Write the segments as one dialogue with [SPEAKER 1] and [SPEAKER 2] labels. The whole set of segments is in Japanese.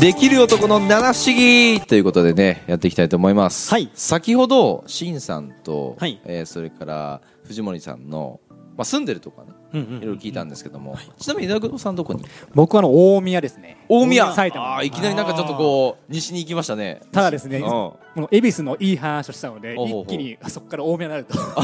[SPEAKER 1] できる男の七不思議ということでねやっていきたいと思います、
[SPEAKER 2] はい
[SPEAKER 1] 先ほどしんさんと、
[SPEAKER 2] はい
[SPEAKER 1] えーそれから藤森さんの、まあ、住んでるとかね
[SPEAKER 2] うんうん
[SPEAKER 1] いろいろ聞いたんですけども、ちなみに稲黒さんどこに
[SPEAKER 3] 僕はあの大宮ですね
[SPEAKER 1] 大宮
[SPEAKER 3] 埼玉
[SPEAKER 1] あーいきなりなんかちょっとこう西に行きましたね
[SPEAKER 3] ただですね
[SPEAKER 1] うん
[SPEAKER 3] この恵比寿のいい話をしたので
[SPEAKER 1] ほうほうほう
[SPEAKER 3] 一気にあそこから大宮になるとちょっ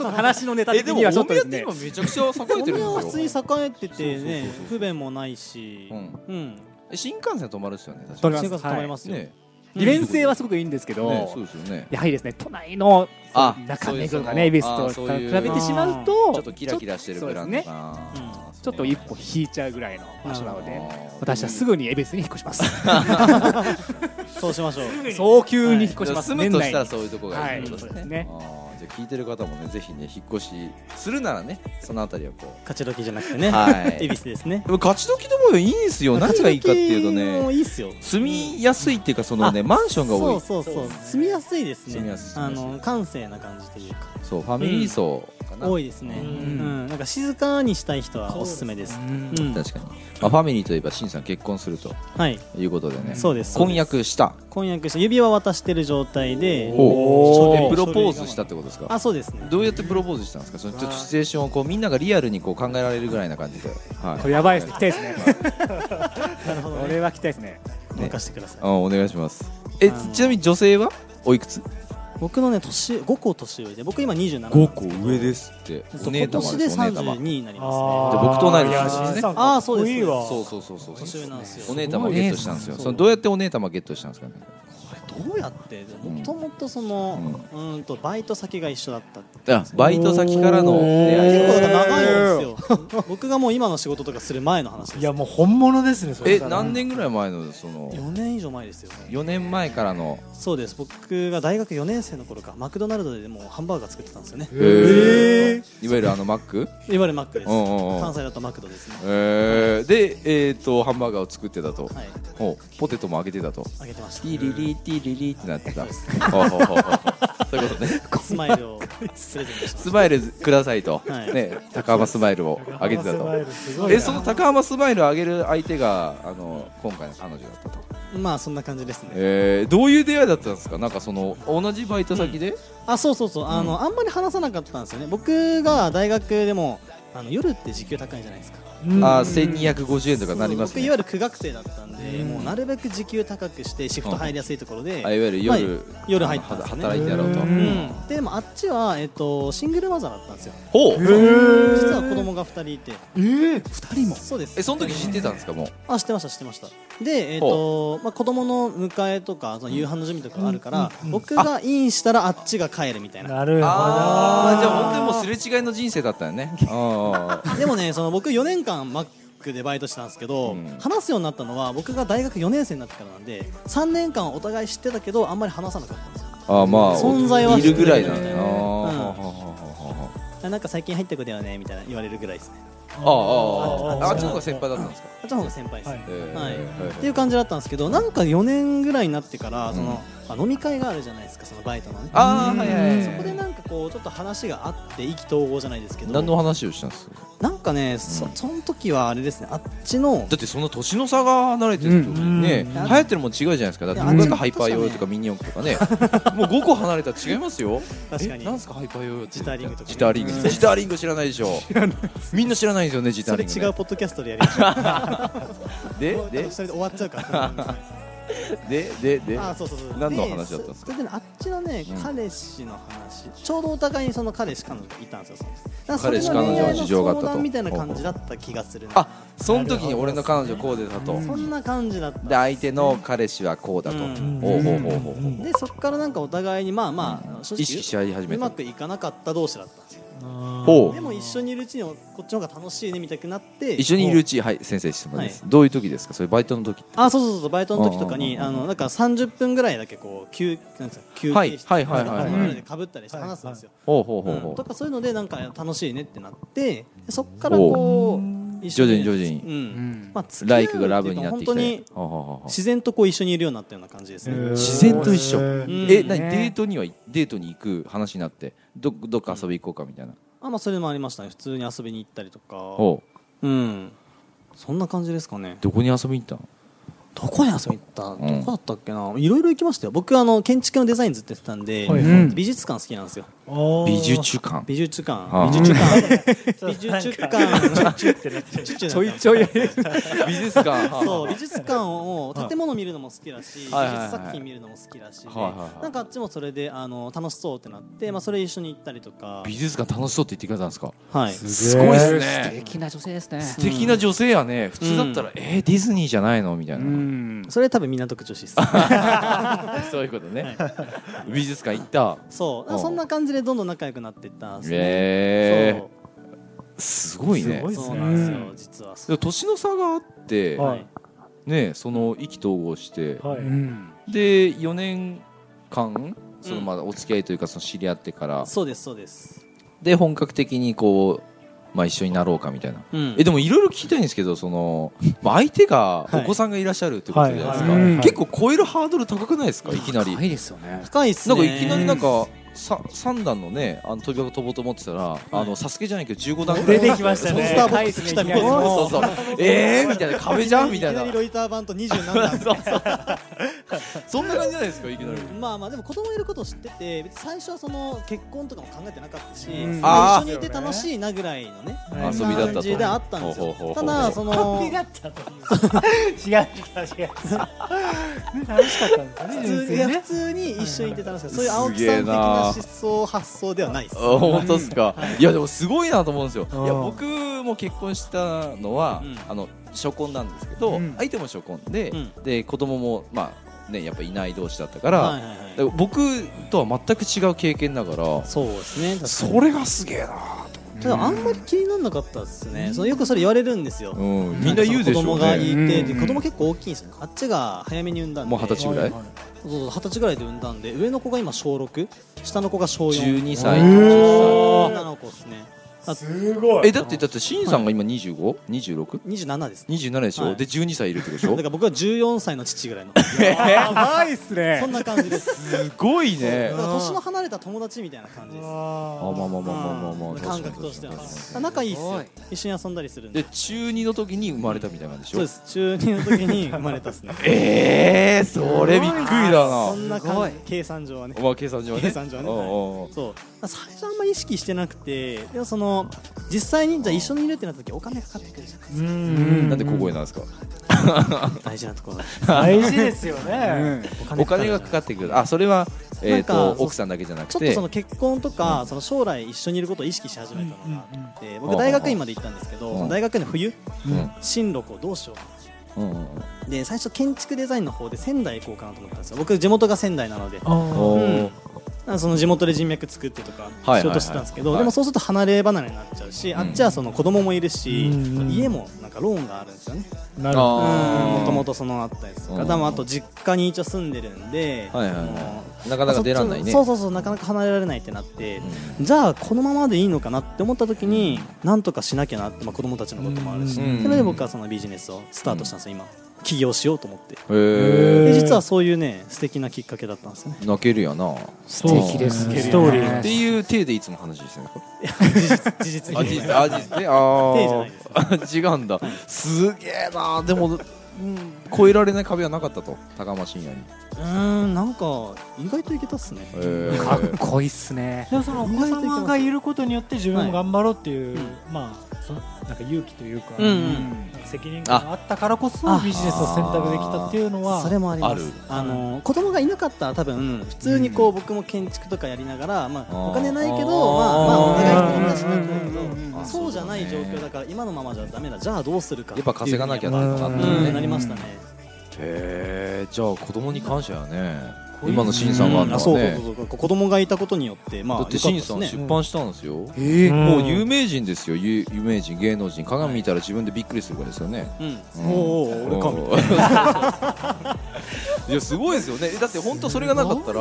[SPEAKER 3] と話のネタ
[SPEAKER 1] え
[SPEAKER 3] 的
[SPEAKER 1] でも
[SPEAKER 3] にはちょ
[SPEAKER 1] 大
[SPEAKER 3] っと
[SPEAKER 1] 宮
[SPEAKER 3] ですね
[SPEAKER 1] って今めちゃくちゃ栄えてるんですよ
[SPEAKER 2] は普通に栄え
[SPEAKER 1] そうそうそう
[SPEAKER 2] ててね
[SPEAKER 1] そう
[SPEAKER 2] 不便もないし、
[SPEAKER 1] うん
[SPEAKER 2] うん、
[SPEAKER 1] え新幹線止まるっすよね
[SPEAKER 3] 止
[SPEAKER 1] 確か
[SPEAKER 3] まります
[SPEAKER 2] 生活止まりますよ、
[SPEAKER 1] ね
[SPEAKER 3] 利便性はすごくいいんですけど、
[SPEAKER 1] ねそうですよね
[SPEAKER 3] やはりですね都内の
[SPEAKER 1] あ
[SPEAKER 3] 中
[SPEAKER 1] そうで
[SPEAKER 3] 目
[SPEAKER 1] す
[SPEAKER 3] 黒と
[SPEAKER 1] よ
[SPEAKER 3] かね恵比寿
[SPEAKER 1] あー
[SPEAKER 3] と
[SPEAKER 1] そうい
[SPEAKER 3] 比
[SPEAKER 1] う
[SPEAKER 3] べてしまうと
[SPEAKER 1] ちょっとキラキラしてるブランド
[SPEAKER 3] ちょっとそうですね
[SPEAKER 1] かな
[SPEAKER 3] ちょっと一歩引いちゃうぐらいの場所なので
[SPEAKER 1] あー
[SPEAKER 3] 私はすぐに恵比寿に引っ越します
[SPEAKER 2] そうしましょう
[SPEAKER 3] 早急に引っ越します
[SPEAKER 1] 住むとした
[SPEAKER 3] 年内
[SPEAKER 1] ら
[SPEAKER 3] に
[SPEAKER 1] そういうとこがいいってこと
[SPEAKER 3] はいそうですね
[SPEAKER 1] あーじゃあ聞いてる方もねぜひね引っ越しするならねそのあたりをこ
[SPEAKER 2] 勝ち時じゃなくて ね、
[SPEAKER 1] うはい
[SPEAKER 2] 恵比寿ですね
[SPEAKER 1] でも勝ち時でもいいんですよ何がいいかっていうと
[SPEAKER 2] 勝ち時も
[SPEAKER 1] ね
[SPEAKER 2] いいっすよ
[SPEAKER 1] 住みやすいっていうかそのね
[SPEAKER 2] あ
[SPEAKER 1] マンションが多い
[SPEAKER 2] そうそうそう住みやすいですね
[SPEAKER 1] 住みやすい
[SPEAKER 2] あの閑静な感じというか
[SPEAKER 1] そうファミリー層かな
[SPEAKER 2] 多いですね、うん
[SPEAKER 1] うん
[SPEAKER 2] なんか静かにしたい人はおすすめですうん
[SPEAKER 1] 確かにまあファミリーといえばしんさん結婚すると
[SPEAKER 2] はい
[SPEAKER 1] いうことでね
[SPEAKER 2] そうですそう
[SPEAKER 1] 婚
[SPEAKER 2] です
[SPEAKER 1] 約した
[SPEAKER 2] 婚約して指輪渡してる状態で
[SPEAKER 1] ほう
[SPEAKER 2] 書類
[SPEAKER 1] えプロポーズしたってことですか
[SPEAKER 2] あそうですね
[SPEAKER 1] どうやってプロポーズしたんですかそのちょっとシチュエーションをこうみんながリアルにこう考えられるぐらいな感じで、はい、
[SPEAKER 3] これやばいですね来たいですね
[SPEAKER 2] なるほど
[SPEAKER 3] これ
[SPEAKER 2] ね
[SPEAKER 3] は来たいですね
[SPEAKER 2] 任せてください
[SPEAKER 1] あお願いしますえ
[SPEAKER 2] あの
[SPEAKER 1] ちなみに女性はおいくつ
[SPEAKER 2] 僕のね年5個年上で僕今27なん
[SPEAKER 1] 5
[SPEAKER 2] で
[SPEAKER 1] 個
[SPEAKER 2] すけど
[SPEAKER 1] 上ですって
[SPEAKER 2] そ
[SPEAKER 1] お
[SPEAKER 2] う
[SPEAKER 1] 姉
[SPEAKER 2] 今
[SPEAKER 1] 玉
[SPEAKER 2] 年
[SPEAKER 1] で
[SPEAKER 2] です
[SPEAKER 1] お姉玉
[SPEAKER 2] 32になりま
[SPEAKER 1] じゃ
[SPEAKER 4] あ
[SPEAKER 1] あ僕と同い年ですね
[SPEAKER 4] すね
[SPEAKER 2] あーそうです
[SPEAKER 4] いいわ
[SPEAKER 1] そうそうそうそう
[SPEAKER 2] 年上なんですよ
[SPEAKER 1] お姉玉をゲットしたんですよ
[SPEAKER 2] そう
[SPEAKER 1] そのどうやってお姉玉ゲットしたんですかね
[SPEAKER 2] すねどうやってもともとそのうーんとバイト先が一緒だったって
[SPEAKER 1] あバイト先からの出
[SPEAKER 2] 結構
[SPEAKER 1] 会い
[SPEAKER 2] だから長いんですよ 僕がもう今の仕事とかする前の話です
[SPEAKER 4] いやもう本物ですねそれ
[SPEAKER 1] え何年ぐらい前のその
[SPEAKER 2] 4年以上前ですよ
[SPEAKER 1] 4年前からの
[SPEAKER 2] そうです僕が大学4年生の頃かマクドナルドでもうハンバーガー作ってたんですよね
[SPEAKER 1] えーいわゆるあのマック
[SPEAKER 2] いわゆるマックです
[SPEAKER 1] うんうんうん
[SPEAKER 2] 関西だとマクドですね
[SPEAKER 1] えーでえっとハンバーガーを作ってたと
[SPEAKER 2] はい
[SPEAKER 1] ほうポテトも揚げてたと
[SPEAKER 2] あげてまし
[SPEAKER 1] ティ
[SPEAKER 2] た
[SPEAKER 1] リリティリリってなってたほうほうほうほうそういうことね
[SPEAKER 2] スマイル をプレゼントし
[SPEAKER 1] スマイルくださいと、
[SPEAKER 2] はい
[SPEAKER 1] ね、高浜スマイルをあげてたと。え、その高浜スマイルをあげる相手が、あの、今回の彼女だったと。
[SPEAKER 2] たまあそんな感じですね
[SPEAKER 1] えー、どういう出会いだったんですか、なんかその、同じバイト先で。
[SPEAKER 2] あそうそうそうあの、あんまり話さなかったんですよね僕が大学でもあの夜って時給高いじゃないですか
[SPEAKER 1] あー、千二百五十円とかなります、
[SPEAKER 2] そう僕い
[SPEAKER 1] ね。
[SPEAKER 2] わ
[SPEAKER 1] あ
[SPEAKER 2] ゆる苦学生だったんで、もうなるべく時給高くしてシフト入りやすいところで、
[SPEAKER 1] いわゆる夜、
[SPEAKER 2] まあ夜入ったんですよね
[SPEAKER 1] 働いてやろうと。
[SPEAKER 4] うん
[SPEAKER 2] うん、でもあっちは、えっと、シングルマザーだったんですよ
[SPEAKER 1] ほ
[SPEAKER 4] え
[SPEAKER 1] う。
[SPEAKER 4] ー、
[SPEAKER 2] 実は子供が2人いて
[SPEAKER 4] えー、
[SPEAKER 2] 2人もそうです
[SPEAKER 1] え、その時知ってたんですか、もう。
[SPEAKER 2] あ知ってました知ってましたで、えっとまあ、子供の迎えとかその夕飯の準備とかがあるから、僕がインしたらあっちが帰るみたいな
[SPEAKER 4] なるほど
[SPEAKER 1] あー、じゃ、あ本当にもうすれ違いの人生だったよね。ああ。
[SPEAKER 2] でもねその僕4年間マックでバイトしてたんですけど、
[SPEAKER 1] うん
[SPEAKER 2] 話すようになったのは僕が大学4年生になってからなんで3年間お互い知ってたけどあんまり話さなかったんですよ
[SPEAKER 1] あー、まあ。
[SPEAKER 2] 存在はい
[SPEAKER 1] るぐらいだね。あー
[SPEAKER 2] うん
[SPEAKER 1] ははははは
[SPEAKER 2] あなんか最近入った子だよねみたいな言われるぐらいですね
[SPEAKER 1] あーあー、あーあっちの方が先輩だったんですか。
[SPEAKER 2] あっちの方が先輩です、
[SPEAKER 4] はい
[SPEAKER 1] えー
[SPEAKER 2] はい
[SPEAKER 1] はい
[SPEAKER 2] っていう感じだったんですけどなんか4年ぐらいになってからその、あ飲み会があるじゃないですかそのバイトのね
[SPEAKER 1] ああ、はいはいはい。
[SPEAKER 2] そこでなんかこうちょっと話があって意気投合じゃないですけど
[SPEAKER 1] 何の話をしたんですか
[SPEAKER 2] なんかねそその時はあれですねあっちの
[SPEAKER 1] だってその年の差が離れてるってことね、
[SPEAKER 4] うん
[SPEAKER 1] 流行ってるもん違うじゃないですかだって僕だってハイパーヨーヨーとかミニ四駆とかねもう5個離れたら違いますよ
[SPEAKER 2] 確かに
[SPEAKER 1] えなんすかハイパーヨーヨーって
[SPEAKER 2] ジターリングとかね
[SPEAKER 1] ジターリングジターリング知らないでしょみんな知らないんですよねジター
[SPEAKER 2] そ
[SPEAKER 1] リ
[SPEAKER 2] れ
[SPEAKER 1] ング
[SPEAKER 2] 違
[SPEAKER 1] ね、
[SPEAKER 2] うポッドキャストでやりましょう
[SPEAKER 1] で
[SPEAKER 2] それで終わっちゃうから
[SPEAKER 1] でででで
[SPEAKER 2] あーそうそうそう
[SPEAKER 1] 何の話だったんですか
[SPEAKER 2] そそれでねあっちのね、
[SPEAKER 1] うん
[SPEAKER 2] 彼氏の話ちょうどお互いにその彼氏彼女がいたんですよだから
[SPEAKER 1] 彼氏
[SPEAKER 2] それが
[SPEAKER 1] 彼女の事情があったと
[SPEAKER 2] 恋愛の相談みたいな感じだった気がするな
[SPEAKER 1] あその時に俺の彼女こうでたと、
[SPEAKER 2] そんな感じだった
[SPEAKER 1] で相手の彼氏はこうだと、
[SPEAKER 2] うん
[SPEAKER 1] ほうほうほうほう、
[SPEAKER 4] うん
[SPEAKER 2] でそこからなんかお互いにまあまあ、正直
[SPEAKER 1] 意識し合い始め
[SPEAKER 2] う
[SPEAKER 1] た
[SPEAKER 2] まくいかなかった同士だったんですよ
[SPEAKER 1] ほ
[SPEAKER 2] で
[SPEAKER 1] う
[SPEAKER 2] も一緒にいるうちにこっちの方が楽しいねみたいになって
[SPEAKER 1] 一緒にいるうちはい先生質問です、どういう時ですかそれバイトの時
[SPEAKER 2] あそうそうそうそうバイトの時とかに
[SPEAKER 1] うんうん
[SPEAKER 2] あ
[SPEAKER 1] うん
[SPEAKER 2] のなんか30分ぐらいだけこう休なんですか休
[SPEAKER 1] はい
[SPEAKER 2] 憩して
[SPEAKER 1] はいはいはい
[SPEAKER 4] はい
[SPEAKER 2] かぶったりして話すんですよ、
[SPEAKER 1] ほうほうほうほう、
[SPEAKER 2] とかそういうのでなんか楽しいねってなってでそっからこう一緒
[SPEAKER 1] 徐々に徐
[SPEAKER 2] に
[SPEAKER 1] 々に
[SPEAKER 2] うんまあ付き合う
[SPEAKER 1] ラ
[SPEAKER 2] っ
[SPEAKER 1] イ
[SPEAKER 2] ていうか
[SPEAKER 1] クがラブになってき
[SPEAKER 2] 本当
[SPEAKER 1] て
[SPEAKER 2] に
[SPEAKER 1] ほうほうほうほう
[SPEAKER 2] 自然とこう一緒にいるようになったような感じですね、
[SPEAKER 1] 自然と一緒
[SPEAKER 2] うん
[SPEAKER 3] ね
[SPEAKER 1] え何デートにはデートに行く話になってどどっか遊び行こうかみたいな
[SPEAKER 2] あまあそれもありましたね普通に遊びに行ったりとか
[SPEAKER 1] ほう
[SPEAKER 2] うんそんな感じですかね
[SPEAKER 1] どこに遊びに行ったの
[SPEAKER 2] どこに遊びに行った、どこだったっけないろいろ行きましたよ僕あの建築のデザインずっとやってたんで、
[SPEAKER 4] はいはい
[SPEAKER 3] うん
[SPEAKER 2] 美術館好きなんですよ
[SPEAKER 1] 美術館
[SPEAKER 2] 美術館
[SPEAKER 1] あ
[SPEAKER 2] 美術 館
[SPEAKER 4] 美
[SPEAKER 2] 美術館
[SPEAKER 3] ちょいちょい
[SPEAKER 1] 美術館
[SPEAKER 2] そう美術館を建物見るのも好きだし美術
[SPEAKER 1] はいはいはい
[SPEAKER 2] 作品見るのも好きだし
[SPEAKER 1] はいはいはい
[SPEAKER 2] なんかあっちもそれであの楽しそうってなってまあそれ一緒に行ったりとか
[SPEAKER 1] 美術館楽しそうって言ってくれたんですか
[SPEAKER 2] はい
[SPEAKER 1] すごいっす
[SPEAKER 3] 素
[SPEAKER 1] ね
[SPEAKER 3] 敵な女性ですね
[SPEAKER 1] 素敵な女性やね普通だったらえーディズニーじゃないのみたいうなん
[SPEAKER 2] それ多分港区女子です
[SPEAKER 1] そういうことね美術館行った
[SPEAKER 2] そう
[SPEAKER 1] おう
[SPEAKER 2] そんな感じでどんどん仲良くなっていったんですね
[SPEAKER 1] えー
[SPEAKER 2] そ
[SPEAKER 1] すごいね
[SPEAKER 4] すご
[SPEAKER 2] う
[SPEAKER 4] いっすね
[SPEAKER 2] そうなんですよ実は
[SPEAKER 1] でも年の差があって
[SPEAKER 4] はい
[SPEAKER 1] ねその意気投合して
[SPEAKER 3] う
[SPEAKER 4] はい
[SPEAKER 3] ん
[SPEAKER 1] で4年間そのまだお付き合いというかその知り合ってから
[SPEAKER 2] そうですそうです
[SPEAKER 1] で本格的にこうまあ一緒になろうかみたいな
[SPEAKER 2] うん
[SPEAKER 1] えでもいろいろ聞きたいんですけどその、まあ、相手が
[SPEAKER 2] はい
[SPEAKER 1] お子さんがいらっしゃるってことじゃないですか、
[SPEAKER 3] はいはいはい
[SPEAKER 1] 結構超えるハードル高くないですかいきなり
[SPEAKER 3] 高いですよね
[SPEAKER 2] 深いっす
[SPEAKER 1] な
[SPEAKER 2] ね
[SPEAKER 1] んかいきなりなんかさ三段のねあの飛び箱飛ぼうと思ってたら、あのサスケじゃないけど15段ぐらい
[SPEAKER 4] 出てきましたね
[SPEAKER 2] スターバックス来たみたいな
[SPEAKER 1] そうそうそうえーみたいな壁じゃんみたい
[SPEAKER 2] い
[SPEAKER 1] な
[SPEAKER 2] きなりロイター版と27段
[SPEAKER 1] そうそうそんな感じじゃないですかいきなり
[SPEAKER 2] まあまあでも子供いること知ってて別に最初はその結婚とかも考えてなかったし、
[SPEAKER 3] うん
[SPEAKER 2] まあ
[SPEAKER 1] あー
[SPEAKER 2] 一緒にいて楽しいなぐらいのね
[SPEAKER 4] はい
[SPEAKER 1] 遊びだったと
[SPEAKER 2] 感じであったんです
[SPEAKER 1] ほう
[SPEAKER 2] よ
[SPEAKER 1] ほうほうほう
[SPEAKER 2] ただその
[SPEAKER 4] 違ったと違う違う違う楽しかったんですよね
[SPEAKER 2] 普通
[SPEAKER 4] 純
[SPEAKER 2] に
[SPEAKER 4] 粋にね
[SPEAKER 2] 普通に一緒にいて楽しかったそういう
[SPEAKER 1] す
[SPEAKER 2] 青木
[SPEAKER 1] げ
[SPEAKER 2] さん
[SPEAKER 1] え
[SPEAKER 2] 的
[SPEAKER 1] な
[SPEAKER 2] な思想発想ではないです
[SPEAKER 1] あ本当ですか、い、やでもすごいなと思うんですよ
[SPEAKER 4] うん
[SPEAKER 1] いや僕も結婚したのは、
[SPEAKER 2] うん
[SPEAKER 1] あの初婚なんですけど、
[SPEAKER 4] うん
[SPEAKER 1] 相手も初婚で、
[SPEAKER 2] うん
[SPEAKER 1] で子供もまあねやっぱいない同士だったから、
[SPEAKER 2] はいはいはい
[SPEAKER 1] だから僕とは全く違う経験だから
[SPEAKER 2] そうですね確かに
[SPEAKER 1] それがすげえな
[SPEAKER 2] ただあんまり気にならなかったですねそのよくそれ言われるんですよ
[SPEAKER 1] うんみんな言うでし
[SPEAKER 2] 子供
[SPEAKER 1] ょう
[SPEAKER 2] が
[SPEAKER 1] ね
[SPEAKER 2] いてで
[SPEAKER 3] うん
[SPEAKER 2] 子供結構大きいんですよねあっちが早めに産んだんで
[SPEAKER 1] もう二十歳ぐらい
[SPEAKER 4] は
[SPEAKER 2] そうそう二十歳ぐらいで産んだんで上の子が今小6下の子が小4
[SPEAKER 1] 12歳
[SPEAKER 4] へー
[SPEAKER 2] 女の子ですね
[SPEAKER 4] いすごい
[SPEAKER 1] えだってだってしんさんが今 25?26?27
[SPEAKER 2] 27です
[SPEAKER 1] でしょ、
[SPEAKER 2] はい
[SPEAKER 1] で12歳いるってことでし
[SPEAKER 2] だ
[SPEAKER 1] ょ
[SPEAKER 2] から僕は14歳の父 ぐらいの
[SPEAKER 3] やばいっすね
[SPEAKER 2] そんな感じです
[SPEAKER 1] すごいね
[SPEAKER 2] だから年の離れた友達みたいな感じです
[SPEAKER 1] あまあまあまあまあまあまあ
[SPEAKER 2] うん感覚としては
[SPEAKER 1] 確かに確かに
[SPEAKER 2] 仲いいっす
[SPEAKER 3] すご
[SPEAKER 2] よ
[SPEAKER 3] い
[SPEAKER 2] 一緒に遊んだりするん
[SPEAKER 1] で
[SPEAKER 2] で
[SPEAKER 1] 中二の時に生まれたみたいなんでしょ
[SPEAKER 2] そうです中二の時に生まれたっすね
[SPEAKER 1] ええー、それびっくりだな
[SPEAKER 2] そ
[SPEAKER 1] ん
[SPEAKER 2] な
[SPEAKER 3] すご
[SPEAKER 2] 感
[SPEAKER 3] い
[SPEAKER 2] じ計算上はね
[SPEAKER 1] まあ計算上はね
[SPEAKER 2] 計算上はね
[SPEAKER 1] うんうんうん
[SPEAKER 2] そうまあ最初あんまり意識してなくてでもその実際にじゃあ一緒にいるってなった時お金かかってくるじゃないです
[SPEAKER 4] うん
[SPEAKER 1] なんで小声なんですか
[SPEAKER 2] か大事なところだ
[SPEAKER 4] 大事ですよ
[SPEAKER 3] う
[SPEAKER 4] ね
[SPEAKER 3] ん
[SPEAKER 1] お金がかかってくるあそれは、えー、
[SPEAKER 2] なん
[SPEAKER 1] と
[SPEAKER 2] か
[SPEAKER 1] 奥さんだけじゃなく
[SPEAKER 2] ちょ
[SPEAKER 1] て
[SPEAKER 2] っとその結婚とかその将来一緒にいることを意識し始めたのがあって
[SPEAKER 1] う
[SPEAKER 2] 僕
[SPEAKER 1] ん
[SPEAKER 2] 大学院まで行ったんですけど
[SPEAKER 1] うん
[SPEAKER 2] その大学院の冬
[SPEAKER 1] うん
[SPEAKER 2] 進路をどうしよ
[SPEAKER 1] うんうんうん
[SPEAKER 2] うで最初建築デザインの方で仙台行こうかなと思ったんですよ僕地元が仙台なので
[SPEAKER 4] あー
[SPEAKER 1] おー
[SPEAKER 2] うんなんかその地元で人脈作ってとか
[SPEAKER 1] はいはいはい
[SPEAKER 2] しようとしてたんですけど、
[SPEAKER 1] はい
[SPEAKER 2] でもそうすると離れ離れになっちゃうし、
[SPEAKER 1] ん
[SPEAKER 2] あっちはその子供もいるし、
[SPEAKER 4] うんうん
[SPEAKER 2] 家もなんかローンがあるんですよね
[SPEAKER 4] なるほど
[SPEAKER 1] あー
[SPEAKER 2] もともとそのあったりと
[SPEAKER 1] う
[SPEAKER 2] か
[SPEAKER 1] ん
[SPEAKER 2] でもあと実家に一応住んでるんで、
[SPEAKER 1] はいはいはい
[SPEAKER 2] あの
[SPEAKER 1] なかなか出らんないね
[SPEAKER 2] そうそうそうなかなか離れられないってなって、じゃあこのままでいいのかなって思った時になんとかしなきゃなって、まあ、子供たちのこともあるし、
[SPEAKER 4] うん
[SPEAKER 2] それで僕はそのビジネスをスタートしたんですよ今起業しようと思って
[SPEAKER 1] へえ
[SPEAKER 2] で実はそういうね素敵なきっかけだったんですよね
[SPEAKER 1] 泣けるやなっ
[SPEAKER 4] ス
[SPEAKER 3] 素敵です
[SPEAKER 4] ストーリー
[SPEAKER 1] ていう体でいつも話してるんですか
[SPEAKER 2] 事実事実
[SPEAKER 1] あ
[SPEAKER 2] 的に
[SPEAKER 1] 実あ実ねあ
[SPEAKER 2] 手じゃないです
[SPEAKER 1] ー違うんだすげえなでも、うん、超えられない壁はなかったと高浜深也に、
[SPEAKER 2] うーんなんか意外といけたっすね、
[SPEAKER 1] えー
[SPEAKER 3] かっこいいっすね
[SPEAKER 4] でもそのお子様がいることによって自分も頑張ろうっていう、まあそなんか勇気というか、
[SPEAKER 2] うん
[SPEAKER 4] なんか責任感があったからこそ
[SPEAKER 2] あ
[SPEAKER 4] ビジネスを選択できたっていうのは
[SPEAKER 2] それもあります
[SPEAKER 1] ある
[SPEAKER 2] あの子供がいなかったら多分普通にこう僕も建築とかやりながら、ま
[SPEAKER 1] あー
[SPEAKER 2] あ、お金ないけどま
[SPEAKER 1] あー
[SPEAKER 2] あ、まあ、お互い人の話になってる
[SPEAKER 4] うんうん
[SPEAKER 2] け
[SPEAKER 1] うん
[SPEAKER 2] どそうじゃない状況だから今のままじゃダメだじゃあどうするか
[SPEAKER 1] やっぱ稼がなきゃなとな
[SPEAKER 2] う
[SPEAKER 1] っ
[SPEAKER 2] ん
[SPEAKER 1] ていう
[SPEAKER 2] う
[SPEAKER 1] ね
[SPEAKER 2] んなりましたね
[SPEAKER 1] へえじゃあ子供に感謝やね
[SPEAKER 4] こいい
[SPEAKER 1] 今のしんさんがある
[SPEAKER 2] う
[SPEAKER 1] の
[SPEAKER 2] あ
[SPEAKER 1] は
[SPEAKER 2] そうそう
[SPEAKER 1] ね
[SPEAKER 2] そうそう子供がいたことによってまあ
[SPEAKER 1] だってしんさん
[SPEAKER 2] 良かったです
[SPEAKER 1] 出
[SPEAKER 2] ね
[SPEAKER 1] 版したんですよ
[SPEAKER 3] え
[SPEAKER 4] うん
[SPEAKER 1] もう有名人ですよゆ有名人芸能人鏡見たら自分でびっくりするからですよね
[SPEAKER 2] うん
[SPEAKER 1] うん
[SPEAKER 2] おうおう俺かみたいな
[SPEAKER 1] うん いやすごいですよねえだって本当それがなかったら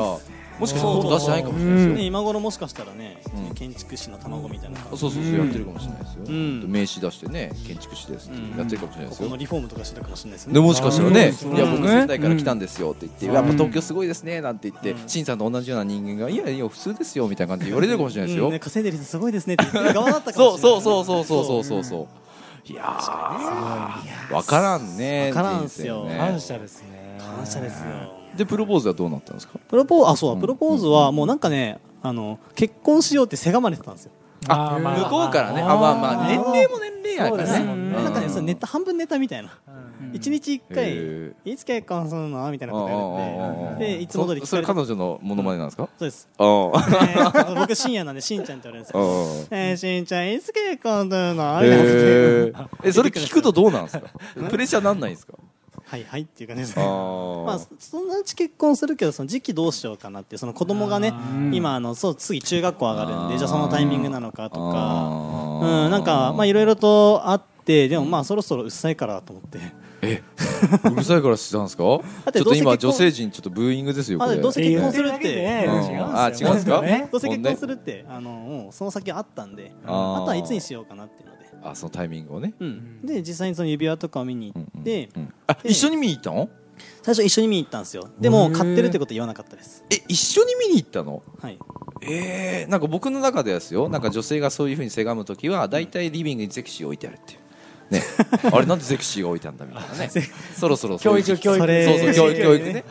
[SPEAKER 1] もしかしたら本出してないかもしれないです
[SPEAKER 2] ね
[SPEAKER 1] よ
[SPEAKER 2] 今頃もしかしたらね
[SPEAKER 1] うん
[SPEAKER 2] 建築士の卵みたいな感
[SPEAKER 1] そう
[SPEAKER 2] じ
[SPEAKER 1] そうそうやってるかもしれないですよ
[SPEAKER 2] うん
[SPEAKER 1] 名刺出してね建築士ですって
[SPEAKER 2] うん
[SPEAKER 1] やってるかもしれないで
[SPEAKER 2] こ
[SPEAKER 1] す
[SPEAKER 2] こ
[SPEAKER 1] よ
[SPEAKER 2] のリフォームとかしてたかもしれないですね
[SPEAKER 1] でもしかしたらね
[SPEAKER 4] う、ん
[SPEAKER 1] いや僕仙台
[SPEAKER 3] うん
[SPEAKER 1] から来たんですよって言って、
[SPEAKER 4] うん
[SPEAKER 1] やっぱ東京すごいですねなんて言って、
[SPEAKER 2] うん
[SPEAKER 1] しんさんと同じような人間が、いやいや、普通ですよみたいな感じで言われてるかもしれないです
[SPEAKER 2] う
[SPEAKER 1] よ
[SPEAKER 2] んね、。稼いでる人すごいですねって言ってる側だったかもしれ
[SPEAKER 1] そ
[SPEAKER 2] な
[SPEAKER 1] う
[SPEAKER 2] い
[SPEAKER 1] そうそうそうそうそうそうそう。いやーわからんね
[SPEAKER 2] わからんすよ
[SPEAKER 1] 人生ね
[SPEAKER 4] 感謝ですね
[SPEAKER 2] 感謝ですよ
[SPEAKER 1] でプロポーズはどうなったんですか
[SPEAKER 2] プロポーズあそう
[SPEAKER 1] う
[SPEAKER 2] だ
[SPEAKER 1] ん
[SPEAKER 2] プロポーズはもうなんかねあの結婚しようってせがまれてたんですよ
[SPEAKER 1] あ
[SPEAKER 4] あーまあ
[SPEAKER 1] 向こうからねあまあまあ年齢も年齢やから
[SPEAKER 4] そうです
[SPEAKER 1] ね
[SPEAKER 4] もんね
[SPEAKER 1] う
[SPEAKER 2] なんかねそれネタ半分ネタみたいな
[SPEAKER 4] うん
[SPEAKER 2] 一日一
[SPEAKER 1] へ
[SPEAKER 2] 回
[SPEAKER 1] ー
[SPEAKER 2] いつ結婚するのみたいなこと言われてでいつも通り
[SPEAKER 1] そ
[SPEAKER 2] 聞
[SPEAKER 1] そ
[SPEAKER 2] か
[SPEAKER 1] れ
[SPEAKER 2] れて
[SPEAKER 1] 彼女のモノマネなんですか
[SPEAKER 2] そうです
[SPEAKER 1] あー
[SPEAKER 2] えー僕深夜なんでしんちゃんって言われるんです
[SPEAKER 1] あ
[SPEAKER 2] よ
[SPEAKER 1] ー
[SPEAKER 2] えー、しんちゃんいつ結婚するのみたいな感じで
[SPEAKER 1] へーえそれ聞くとどうなんですかプレッシャーなんないんですか
[SPEAKER 2] はいはいっていう感じです
[SPEAKER 1] あ
[SPEAKER 2] ね
[SPEAKER 1] ー
[SPEAKER 2] まあそそのうち結婚するけどその時期どうしようかなってその子供がね
[SPEAKER 4] うん
[SPEAKER 2] 今あのそう次中学校上がるん
[SPEAKER 1] あー
[SPEAKER 2] でじゃあそのタイミングなのかとか
[SPEAKER 1] あー
[SPEAKER 2] うんなんかまあいろいろとあってでもまあそろそろうっさいからと思って
[SPEAKER 1] えうるさいからしてたんですかちょっ
[SPEAKER 2] ってど
[SPEAKER 1] と
[SPEAKER 2] うせ結婚
[SPEAKER 1] 今女性陣ちょっとブーイングですよこ
[SPEAKER 2] あ
[SPEAKER 1] れ
[SPEAKER 2] どうせ結婚するって
[SPEAKER 4] 言うだけで
[SPEAKER 1] うん
[SPEAKER 4] 違うんですよ
[SPEAKER 1] あ違うんですか
[SPEAKER 4] ね
[SPEAKER 2] どうせ結婚するってあのもうその先あったんで
[SPEAKER 1] あー
[SPEAKER 2] あとはいつにしようかなっていうので
[SPEAKER 1] あそのタイミングをね
[SPEAKER 2] うんで実際にその指輪とかを見に行って
[SPEAKER 1] うんあ一緒に見に行ったの
[SPEAKER 2] 最初一緒に見に行ったんですよで
[SPEAKER 1] へ
[SPEAKER 2] も
[SPEAKER 1] ー
[SPEAKER 2] 買ってるってこと言わなかったです
[SPEAKER 1] え一緒に見に行ったの
[SPEAKER 2] はい
[SPEAKER 1] えー、なんか僕の中ではですよなんか女性がそういうふうにせがむ時は大体リビングにゼクシー置いてあるっていう。 ね、あれなんでゼクシーが置いたんだみたいなねそろそろそういう時期
[SPEAKER 2] 教育教育
[SPEAKER 1] そうそう
[SPEAKER 2] そ
[SPEAKER 1] 教
[SPEAKER 2] れ
[SPEAKER 1] 育教育ね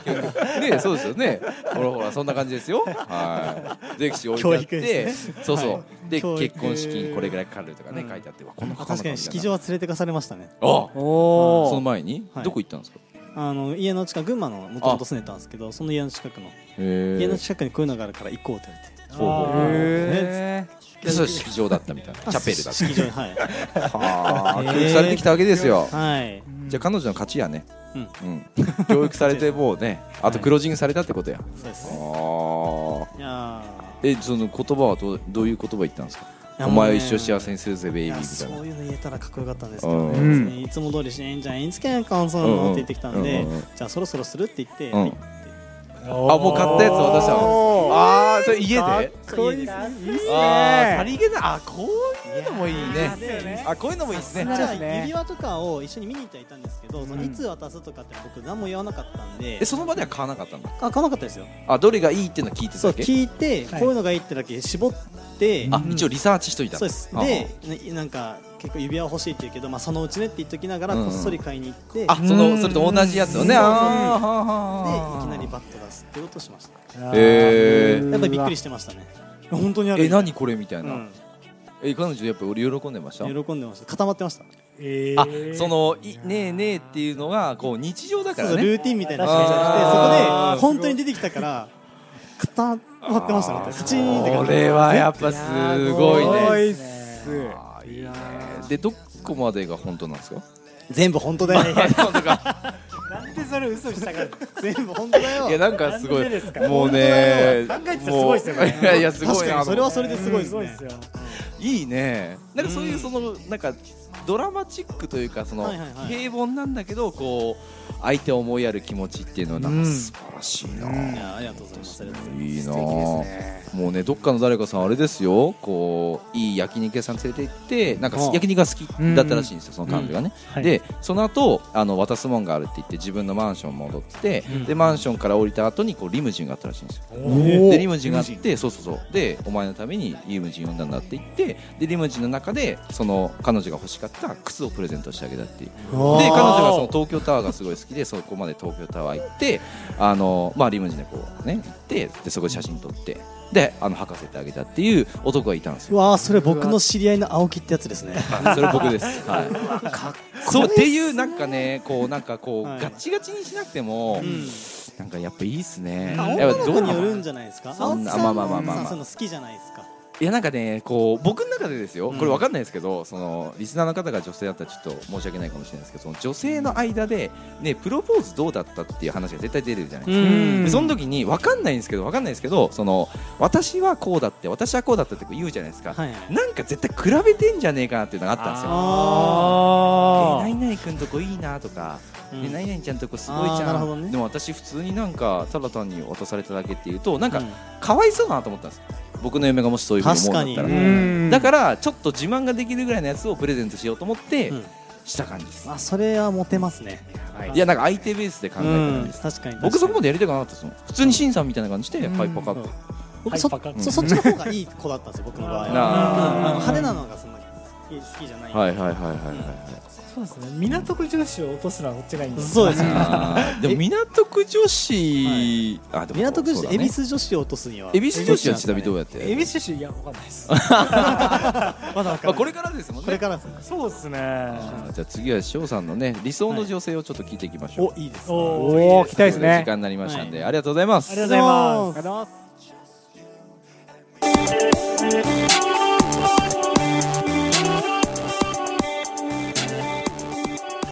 [SPEAKER 1] ねそうですよねほらほらそんな感じですよはいゼクシー置いてあっ
[SPEAKER 2] 教育
[SPEAKER 1] て、そうそう、
[SPEAKER 2] はい
[SPEAKER 1] で
[SPEAKER 2] 教育
[SPEAKER 1] 結婚式にこれぐらいかかるとかね、
[SPEAKER 2] うん
[SPEAKER 1] 書いてあってわこんなかかるの
[SPEAKER 2] 確かに
[SPEAKER 1] みたいな
[SPEAKER 2] 式場は連れてかされましたね
[SPEAKER 1] あ
[SPEAKER 3] お
[SPEAKER 1] その前に、
[SPEAKER 2] はい
[SPEAKER 1] どこ行ったんですか
[SPEAKER 2] あの家の近く群馬のもともと住んでたんですけどその家の近くの
[SPEAKER 1] へ
[SPEAKER 2] 家の近くにこういうのがあるから行こうって言われて
[SPEAKER 1] ほうほう
[SPEAKER 4] あー
[SPEAKER 3] へ
[SPEAKER 1] でそれ式場だったみたいなチャペルだった
[SPEAKER 2] 式場にはい
[SPEAKER 1] はあ
[SPEAKER 2] へー
[SPEAKER 1] 教育されてきたわけですよ
[SPEAKER 2] はい
[SPEAKER 1] じゃあ彼女の勝ちやね
[SPEAKER 2] う
[SPEAKER 1] うん 教育されてもう ねあとクロージングされたってことや
[SPEAKER 2] そうです
[SPEAKER 1] ああ
[SPEAKER 2] いや
[SPEAKER 1] えその言葉はどうどういう言葉言ったんですか
[SPEAKER 2] ー
[SPEAKER 1] お前を一生幸せにするぜベイ
[SPEAKER 2] い
[SPEAKER 1] ビー
[SPEAKER 2] や
[SPEAKER 1] みた
[SPEAKER 2] そ
[SPEAKER 1] いう
[SPEAKER 2] いうの言えたらかっこよかったんですけどね、
[SPEAKER 1] うん
[SPEAKER 2] 別にいつも通りしえんじゃんいつけんかんそうな
[SPEAKER 1] うんうん
[SPEAKER 2] のって言ってきたんで、
[SPEAKER 1] うんうん
[SPEAKER 2] じゃあそろそろするって言って、
[SPEAKER 1] うん
[SPEAKER 2] はいって
[SPEAKER 1] なあもう買ったやつ渡したのああーそれ家であ
[SPEAKER 2] そう家です
[SPEAKER 1] あーさりげないあこういうのもいいね
[SPEAKER 4] ね
[SPEAKER 1] あこういうのもいいですね
[SPEAKER 2] じゃあ
[SPEAKER 4] そうですね
[SPEAKER 2] 指輪とかを一緒に見に行ってはいたんですけど、そのいつ渡すとかって僕何も言わなかったんで
[SPEAKER 1] えその場では買わなかったんだ
[SPEAKER 2] あ買わなかったですよ
[SPEAKER 1] あどれがいいっていうの聞いてた
[SPEAKER 2] そう
[SPEAKER 1] だけ
[SPEAKER 2] 聞いて、
[SPEAKER 4] はい
[SPEAKER 2] こういうのがいいってだけ絞って
[SPEAKER 1] あ一応リサーチしといた
[SPEAKER 2] そうです
[SPEAKER 1] あ
[SPEAKER 2] でななんか結構指輪欲しいって言うけど、まあ、そのうちねって言っときながら
[SPEAKER 1] うん
[SPEAKER 2] こっそり買いに行って、
[SPEAKER 1] あ
[SPEAKER 2] でい
[SPEAKER 1] そのそれと同じやつをね
[SPEAKER 2] うん
[SPEAKER 1] あ
[SPEAKER 2] きなり
[SPEAKER 1] ー
[SPEAKER 2] バッと出すってことをしました
[SPEAKER 1] へー
[SPEAKER 2] やっぱりびっくりしてましたね本当にある
[SPEAKER 1] え何これみたいうなんえ彼女やっぱ俺喜んでました
[SPEAKER 2] 喜んでました固まってました
[SPEAKER 1] あそのいねえねえっていうのがこう日常だか
[SPEAKER 2] そう
[SPEAKER 1] ら
[SPEAKER 2] そう
[SPEAKER 1] ね
[SPEAKER 2] ルーティンみたいな
[SPEAKER 1] 確かに
[SPEAKER 2] 感じに
[SPEAKER 1] あ
[SPEAKER 2] な
[SPEAKER 1] ー
[SPEAKER 2] ってそこで本当に出てきたから固まってましたねプチーンって
[SPEAKER 1] こ
[SPEAKER 2] 感じ
[SPEAKER 1] れはやっぱすごいね
[SPEAKER 4] いっす
[SPEAKER 1] あーいいねでどこまでが本当なんですか
[SPEAKER 2] 全部本当だよ
[SPEAKER 4] なんでそれ嘘したかっ た
[SPEAKER 2] 全部本当だ よ
[SPEAKER 1] いやなんかすご
[SPEAKER 4] なんでですか
[SPEAKER 1] いもうね
[SPEAKER 4] 考えてたらすごいっすよ
[SPEAKER 1] もう
[SPEAKER 4] ね
[SPEAKER 1] いやいやすごい
[SPEAKER 2] 確か
[SPEAKER 1] な
[SPEAKER 2] にそれは
[SPEAKER 1] と
[SPEAKER 2] それですごいですね
[SPEAKER 4] よ
[SPEAKER 1] 思っていいねなんかそういうそのなんかドラマチックというかその
[SPEAKER 2] はいはいはい
[SPEAKER 1] 平凡なんだけどこう相手を思いやる気持ちっていうのはなんか素晴らしいな、
[SPEAKER 2] いやありがとうございますありがとうございます
[SPEAKER 1] いいなあ
[SPEAKER 3] ね
[SPEAKER 1] もうねどっかの誰かさんあれですよこういい焼肉屋さん連れて行ってなんか
[SPEAKER 2] ああ
[SPEAKER 1] 焼肉が好きだったらしいんですよその彼女がね、
[SPEAKER 4] うん
[SPEAKER 1] でその後あの渡すもんがあるって言って自分のマンション戻って、でマンションから降りた後にこうリムジンがあったらしいんですよでリムジンがあってそうそうそうでお前のためにリムジン呼んだんだって言ってでリムジンの中でその彼女が欲しかった靴をプレゼントしてあげたっていうで彼女がその東京タワーがすごい好きでそこまで東京タワー行ってあの、まあ、リムジンでこう、ね、行ってでそこで写真撮ってであの吐かせてあげたっていう男がいたんです
[SPEAKER 2] う
[SPEAKER 1] よ。
[SPEAKER 2] わーそれ僕の知り合いの青木ってやつですね
[SPEAKER 1] それ僕です。はい。そうっていうなんかね、こうなんかこう、
[SPEAKER 2] はい
[SPEAKER 1] ガチガチにしなくても、
[SPEAKER 2] うん
[SPEAKER 1] なんかやっぱいいっすね。
[SPEAKER 2] あ
[SPEAKER 1] や
[SPEAKER 2] 女
[SPEAKER 1] っ
[SPEAKER 2] の
[SPEAKER 1] ぱ
[SPEAKER 2] 子によ
[SPEAKER 1] う
[SPEAKER 2] るんじゃないですか
[SPEAKER 1] そ
[SPEAKER 2] 青
[SPEAKER 1] ん
[SPEAKER 2] 木
[SPEAKER 1] な
[SPEAKER 2] さん
[SPEAKER 1] まあまあまあまあ
[SPEAKER 2] さそういうの好きじゃないですか
[SPEAKER 1] いやなんかね、こう僕の中でですよ。
[SPEAKER 2] うん
[SPEAKER 1] これわかんないですけど、そのリスナーの方が女性だったらちょっと申し訳ないかもしれないですけど、その女性の間でねプロポーズどうだったっていう話が絶対出るじゃないですか。
[SPEAKER 4] ん
[SPEAKER 1] でその時に分かんないんですけど分かんないですけどその私はこうだって私はこうだってって言うじゃないですか、
[SPEAKER 2] はいはい
[SPEAKER 1] なんか絶対比べてんじゃねえかなっていうのがあったんですよ。
[SPEAKER 4] あ
[SPEAKER 1] え何々君とこいいなとか、
[SPEAKER 2] うん
[SPEAKER 1] え何々ちゃんとこすごいじ
[SPEAKER 2] あーな
[SPEAKER 1] ゃ
[SPEAKER 2] るほど
[SPEAKER 1] ん、
[SPEAKER 2] ね
[SPEAKER 1] でも私普通になんかただ単に渡されただけっていうとなん
[SPEAKER 2] う
[SPEAKER 1] か
[SPEAKER 2] ん
[SPEAKER 1] かわいそうだなと思ったんです僕の嫁がもしそういうふうに思うんだったら
[SPEAKER 2] 確か
[SPEAKER 4] うん
[SPEAKER 1] だからちょっと自慢ができるぐらいのやつをプレゼントしようと思って
[SPEAKER 2] うん
[SPEAKER 1] した感じです、
[SPEAKER 2] あそれはモテますね
[SPEAKER 1] いやなんか相手ベースで考えたんです、
[SPEAKER 2] 確かに
[SPEAKER 1] 僕そこま
[SPEAKER 2] で
[SPEAKER 1] でやりたくなかったですもん普通に審査みたいな感じで、
[SPEAKER 4] うん
[SPEAKER 1] ハイパカップ
[SPEAKER 2] 僕そ
[SPEAKER 4] ハイパーカット
[SPEAKER 2] そそっちの方がいい子だったんですよ僕の場合は
[SPEAKER 1] なあ
[SPEAKER 2] うん派手なのがそんな好き好きじゃない、
[SPEAKER 1] はいはいはいはいはいはい
[SPEAKER 4] そうですね港区女子を落とすのはこっちがいいんです
[SPEAKER 2] そうですね
[SPEAKER 1] あーでも港区女子、あでも
[SPEAKER 2] 港区
[SPEAKER 1] そうだ
[SPEAKER 2] 女子
[SPEAKER 1] ね
[SPEAKER 2] 恵比寿女子を落とすには
[SPEAKER 1] 恵比寿女子はちなみにどうやって、
[SPEAKER 4] 恵比寿市いやわかんないです
[SPEAKER 2] まだわか
[SPEAKER 1] ま
[SPEAKER 2] ら
[SPEAKER 1] あ、こ
[SPEAKER 2] ない
[SPEAKER 1] れからですもん
[SPEAKER 2] こ
[SPEAKER 1] ね
[SPEAKER 2] れからですね
[SPEAKER 4] そうですね
[SPEAKER 1] あーじゃあ次は翔さんのね理想の女性をちょっと聞いていきましょう、
[SPEAKER 2] おいいです
[SPEAKER 4] おお期待です
[SPEAKER 1] 時
[SPEAKER 4] ね
[SPEAKER 1] 間になりましたんで、ありがとうございます
[SPEAKER 4] ありがとうございますありがとうございます